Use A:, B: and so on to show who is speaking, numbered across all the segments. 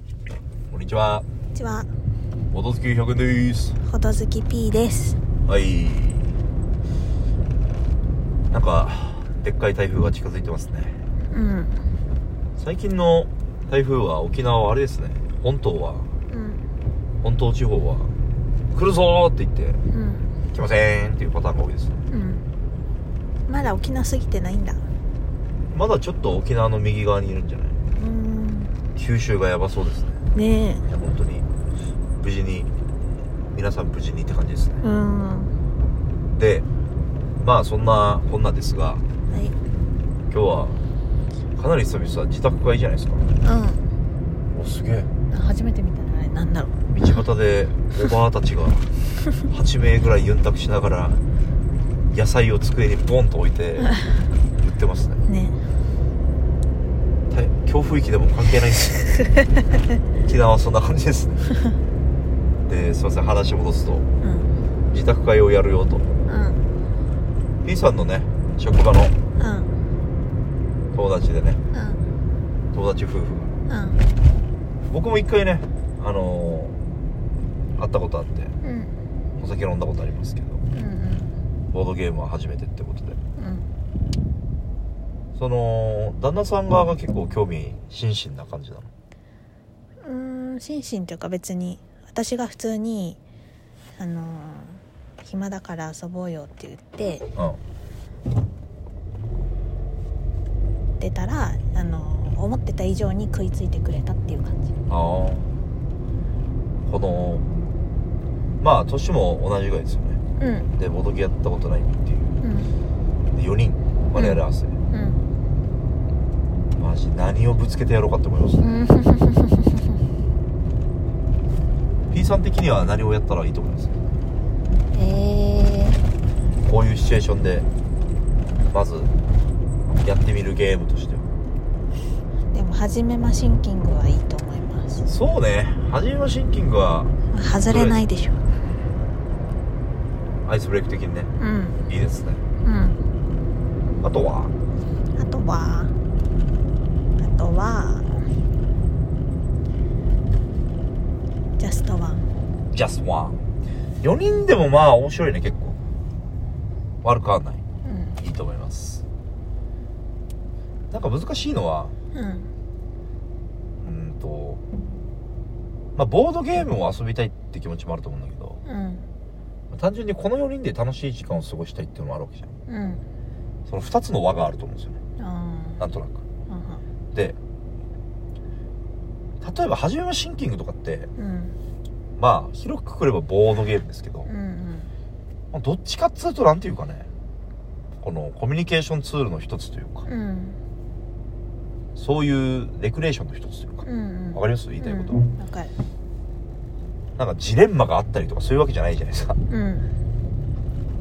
A: にちは。
B: こんにちは、
A: 元月100円です。
B: ほどずき P です。
A: はい。なんか、でっかい台風が近づいてますね。
B: うん。
A: 最近の台風は沖縄はあれですね。本島は、
B: うん。
A: 本島地方は、来るぞーって言って、
B: うん。
A: 来ませんっていうパターンが多いですね。
B: うん。まだ沖縄過ぎてないんだ。
A: まだちょっと沖縄の右側にいるんじゃない
B: うん。
A: 九州がやばそうですね。
B: ね
A: いや、本当に、無事に、皆さん無事にって感じですね
B: え。。うん。は
A: で、まあそんな、こんなですが、
B: い。
A: 今日はかなり久々自宅がいいじゃないですかおすげえ
B: うん。初めて見たのあれなんだろう。
A: 道端でおばあたちが8名ぐらいゆんたくしながら野菜を机にボンと置いて売ってますね
B: ね
A: た強風域でも関係ない ですね沖縄はそんな感じですねですいません話戻すと
B: え。うん。
A: 自宅会をやるよと
B: うん。
A: P さんのね職場の
B: うん。
A: 友達でね
B: うん。
A: 友達夫婦が
B: うん。
A: 僕も一回ねあのー会ったことあって
B: うん。
A: お酒飲んだことありますけど
B: うん。
A: ボードゲームは初めてってことで
B: うん。
A: その旦那さん側が結構興味津々な感じなの
B: うん。うん。心身というか別に私が普通にあのー暇だから遊ぼうよって言って。出たらあの思ってた以上に食いついてくれたっていう感じ
A: うんああこのまあ年も同じぐらいですよね
B: うん
A: でボードゲームやったことないっていう
B: うん
A: で4人までやり合わせ、
B: うん
A: マジ何をぶつけてやろうかって思います
B: う
A: ね、
B: ん
A: P さん的には何をやったらいいと思います
B: え
A: こういうシチュエーションでまずやってみるゲームとしては
B: ー、でも初めまシンキングはいいと思います
A: そうね初めのシンキングは
B: まあ外れないでしょ
A: アイスブレイク的にね
B: うん
A: いいですね
B: うん
A: あとは
B: あとはあとはジャストワン
A: just one 4人でもまあ面白いね結構悪くはないいいと思いますなんか難しいのは
B: うんうん
A: うーんとまあボードゲームを遊びたいって気持ちもあると思うんだけど
B: うん
A: 単純にこの4人で楽しい時間を過ごしたいっていうのもあるわけじゃん
B: うん
A: その2つの輪があると思うんですよね
B: あ
A: なんとなくで例えば初めはシンキングとかって
B: ーうん
A: まあ広くくればボードゲームですけど
B: うんうん
A: まあどっちかっつうとなんていうかねこのコミュニケーションツールの一つというか
B: うん
A: そういうレクレーションの一つというか
B: うん
A: わかります
B: り
A: 言いたいこと、
B: うん、わかる
A: なんかジレンマがあったりとかそういうわけじゃないじゃないですか
B: うん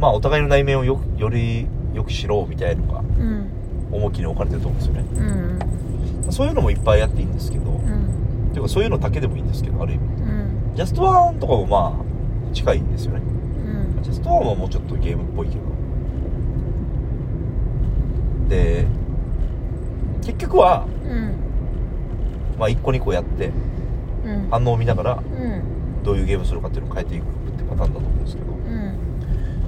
A: まあお互いの内面をよくよりよく知ろうみたいなのが
B: うん
A: 重きに置かれてると思うんですよ
B: うん
A: ねそういうのもいっぱいあっていいんですけど
B: うん
A: ていうかそういうのだけでもいいんですけどある意味
B: うん
A: ジャストワンとかもまあ近いですよね
B: うん
A: ジャストワンはもうちょっとゲームっぽいけどで結局は
B: うん
A: まあ1個2個やって
B: うん
A: 反応を見ながら
B: うん
A: どういうゲームするかっていうのを変えていくってパターンだと思うんですけど
B: うん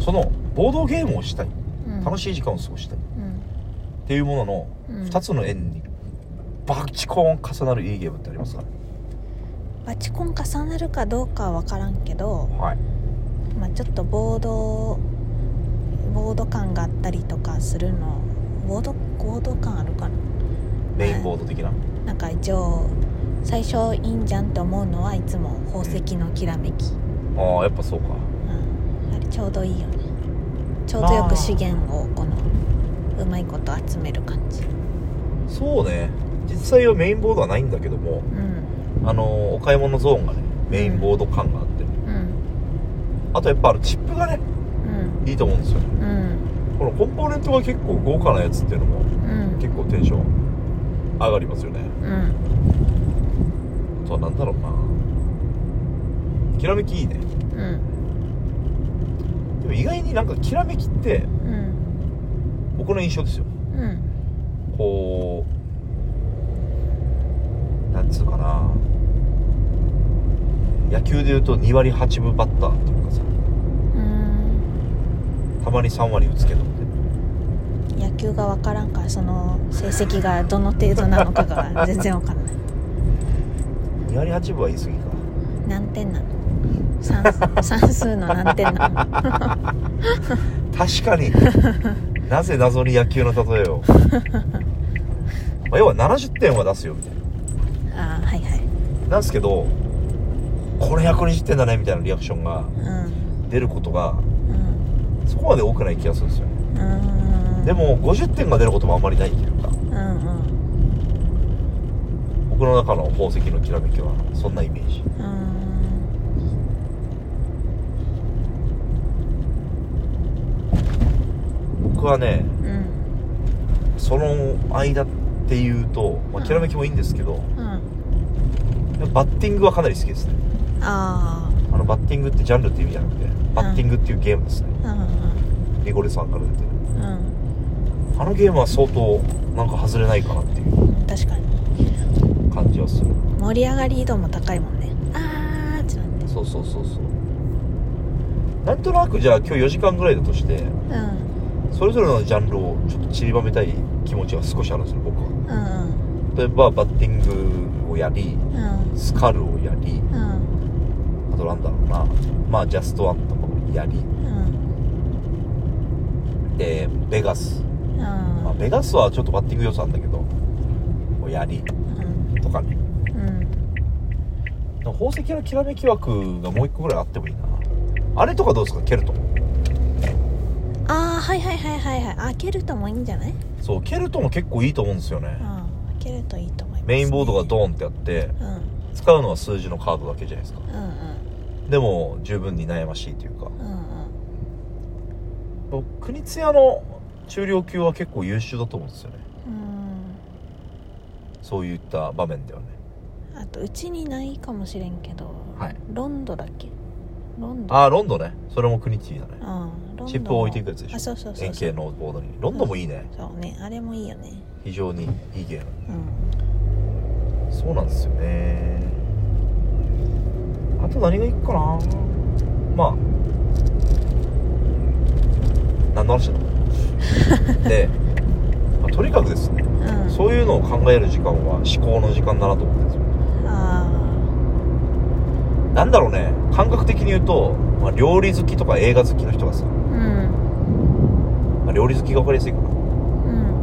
A: そのボードゲームをしたい
B: うん
A: 楽しい時間を過ごしたいっ
B: うん
A: ていうものの
B: うん
A: 2つの円にバチコーン重なるいいゲームってありますかね
B: バチコン重なるかどうかは分からんけど、
A: はい
B: まあ、ちょっとボードボード感があったりとかするのボードボード感あるかな
A: レインボード的な
B: なんか一応最初いいんじゃんって思うのはいつも宝石のきらめき、
A: ああやっぱそうか
B: うん、あれちょうどいいよねちょうどよく資源をこのうまいこと集める感じ
A: そうね実際はメインボードはないんだけども
B: うん
A: あのーお買い物ゾーンがねメインボード感があって
B: うん
A: あとやっぱあのチップがね
B: うん
A: いいと思うんですよ
B: うん
A: このコンポーネントが結構豪華なやつっていうのも
B: うん
A: 結構テンション上がりますよね
B: うん
A: あとはなんだろうなきらめきいいね
B: うん
A: でも意外になんかきらめきって
B: うん
A: 僕の印象ですよ
B: うん
A: こうなんつうかな野球でいうと2割8分バッターとかさ
B: うん
A: たまに3割打つけど
B: 野球が分からんからその成績がどの程度なのかが全然分かんない
A: 2割8分は言い過ぎか
B: 何点なの算数算数の何点なの
A: 確かになぜ謎に野球の例えをまあ要は70点は出すよみたい
B: ああはいはい
A: ななんですけどこれ120点だねみたいなリアクションが
B: うん
A: 出ることがそこまで多くない気がするんですよね
B: うんうん
A: でも50点が出ることもあんまりないというか
B: うんうん
A: 僕の中の宝石のきらめきはそんなイメージ
B: うん
A: 僕はね
B: うん
A: その間っていうと、まあ、きらめきもいいんですけど、
B: うん
A: バッティングはかなり好きですね
B: あ
A: あのバッティングってジャンルっていう意味じゃなくてバッティングっていうゲームですね、
B: あうん
A: リゴレさんから出てる
B: うんうん
A: あのゲームは相当なんか外れないかなっていう
B: 確かに
A: 感じはする
B: 盛り上がり度も高いもんねああってなって
A: そうそうそうそうなんとなくじゃあ今日4時間ぐらいだとして
B: うん
A: それぞれのジャンルをちょっと散りばめたい気持ちが少しあるんですよ僕は
B: うん
A: 例えばバッティングをやり
B: うん
A: スカルをやり
B: うん
A: あとなんだろうなまあジャストワンとかをやり
B: うん
A: でベガス、
B: うん
A: まあ、ベガスはちょっとバッティング予算だけどをやり
B: うん
A: とかね
B: うん
A: 宝石のきらめき枠がもう一個ぐらいあってもいいなあれとかどうですかケルト
B: ああはいはいはいはいはい開けるともいいんじゃない
A: そうケルトも結構いいと思うんですよね
B: うん開けるといいと思います、
A: メインボードがドーンってあって
B: うん
A: 使うのは数字のカードだけじゃないですか
B: うん
A: でも十分に悩ましいというか
B: うんうん
A: 国津屋の中量級は結構優秀だと思うんですよね
B: うん
A: そういった場面ではね
B: うんあとうちにないかもしれんけど、
A: はい
B: ロンドだっけロンド
A: ああロンドねそれも国津屋だね
B: うんロンド
A: チップを置いていくやつでしょ
B: あそうそうそう
A: 円形のボードにロンドもいいね
B: そうねあれもいいよね
A: 非常にいいゲーム
B: うん
A: そうなんですよねあと何がいいかなまあ何の話だ ったで、まあとにかくですね
B: うん
A: そういうのを考える時間は思考の時間だなと思ってるんですよ
B: あ
A: なんだろうね感覚的に言うと、まあ、料理好きとか映画好きの人がさ、
B: あうん
A: まあ料理好きが分かりやすいかな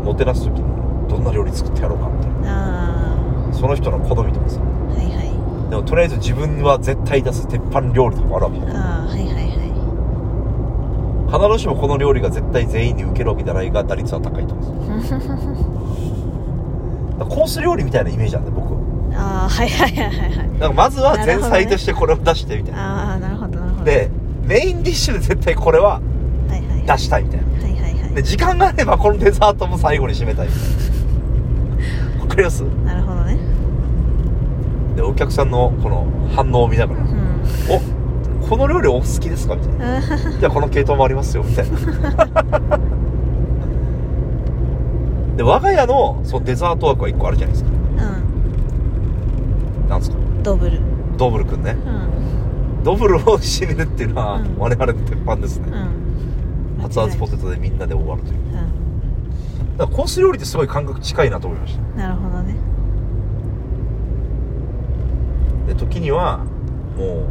B: うん
A: もてなす時にどんな料理作ってやろうかみたい
B: あ
A: なその人の好みとかさ
B: あはいは
A: でもとりあえず自分は絶対出す鉄板料理とかもあるわけじゃん
B: いああはいはいは
A: 必ずしもこの料理が絶対全員に受けるわけじゃないが打率は高いと思うんですよだからコース料理みたいなイメージなんで僕は
B: いああはいはいはいはいはい
A: だからまずは
B: なる
A: 前
B: ほどね
A: 菜としてこれを出してみたいな
B: ああなるほどなるほど
A: でメインディッシュで絶対これは
B: はいはい
A: 出したいみたいな
B: はいはいは
A: で
B: い
A: 時間があればこのデザートも最後に締めたいみたいなわかります
B: なるほどね
A: でお客さんのこの反応を見ながら
B: うん
A: 「おこの料理お好きですか?」みたい な
B: あー
A: じゃあこの系統もありますよみた いなで我が家のそのデザート枠は1個あるじゃないですかなんですか
B: うんドブル
A: ドブルくんね
B: うん
A: ドブルを締めるっていうのは、
B: うん
A: 我々の鉄板です
B: う
A: ね、
B: ん
A: 熱々ポテトでみんなで終わるという
B: うん
A: だからコース料理ってすごい感覚近いなと思いまし
B: なるほどね
A: たで時にはも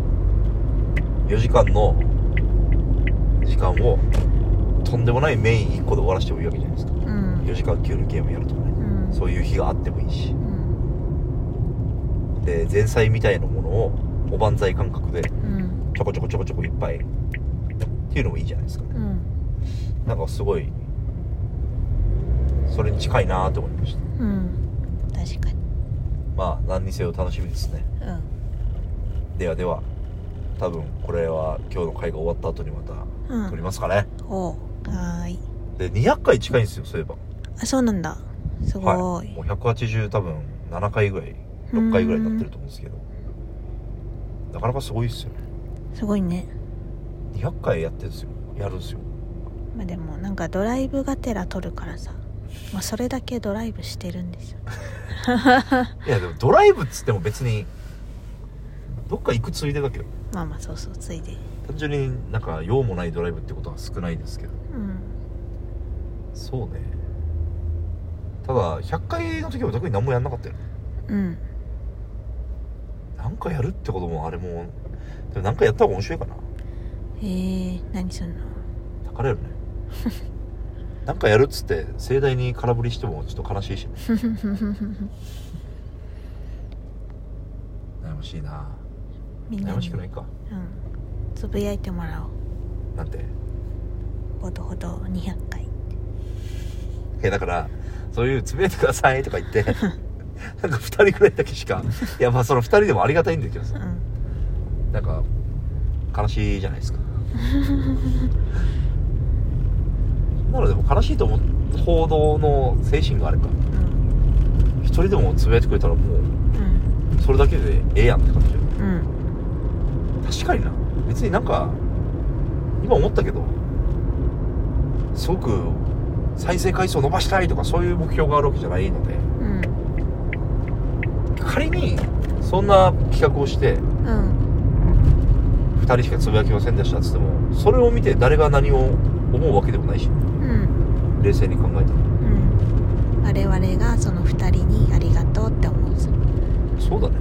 A: う4時間の時間をとんでもないメイン1個で終わらせてもいいわけじゃないですか
B: うん
A: 4時間級のゲームやるとかね
B: うん
A: そういう日があってもいいし
B: うん
A: で前菜みたいなものをおばんざい感覚で
B: うん
A: ちょこちょこちょこちょこいっぱいっていうのもいいじゃないですかね
B: うん
A: なんかすごいそれに近いなと思いました
B: うん確かに
A: まあ何にせよ楽しみですね
B: うん
A: ではでは多分これは今日の会が終わった後にま
B: う
A: た
B: ん
A: 撮りますかね、
B: おうはーい
A: で200回近いんですよそういえば
B: あそうなんだすご
A: も
B: ーいう
A: 180多分7回ぐらい6回ぐらいになってると思うんですけどなかなかすごいですよね
B: すごいね
A: 200回やってるんですよやるんですよ
B: まあでもなんかドライブがてら撮るからさまあそれだけドライブしてるんですよ
A: いやでもドライブっつっても別にどっか行くついでだけど
B: まあまあそうそうついで
A: 単純になんか用もないドライブってことは少ないですけど
B: うん
A: そうねただ100回の時は特に何もやんなかったよ
B: うん
A: 何回やるってこともあれもでも何回やった方が面白いかな
B: えー、何すんの
A: 宝 よね何回やるっつって盛大に空振りしてもちょっと悲しいしね悩ましいな
B: みんな
A: 悩まし
B: に
A: くないか
B: うんつぶやいてもらおう
A: なんて
B: ほどほど200回
A: いやだからそういう「つぶやいてください」とか言ってなんか2人ぐらいだけしかいやまあその2人でもありがたいんだけど
B: う
A: さ
B: ん
A: なんか悲しいじゃないですかなのでも悲しいと思う報道の精神があれか
B: うん
A: 一人でもつぶやいてくれたらもう
B: うん
A: それだけでええやんって感じだよ
B: うん
A: 確かにな別になんか今思ったけどすごく再生回数を伸ばしたいとかそういう目標があるわけじゃないので
B: うん
A: 仮にそんな企画をして
B: うん
A: 2人しかつぶやきませんでしたっつってもそれを見て誰が何を思うわけでもないし
B: うん
A: 冷静に考えたら
B: うん我々がその2人にありがとうって思う
A: そう だね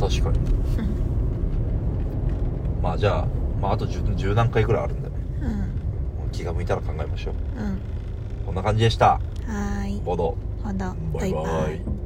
A: 確かにまあじゃあ、まあ、あと 10, 10何回ぐらいあるんでね
B: うん
A: 気が向いたら考えましょう
B: うん
A: こんな感じでした
B: はーい
A: ボード
B: ほど
A: バイバイ
B: バイバイ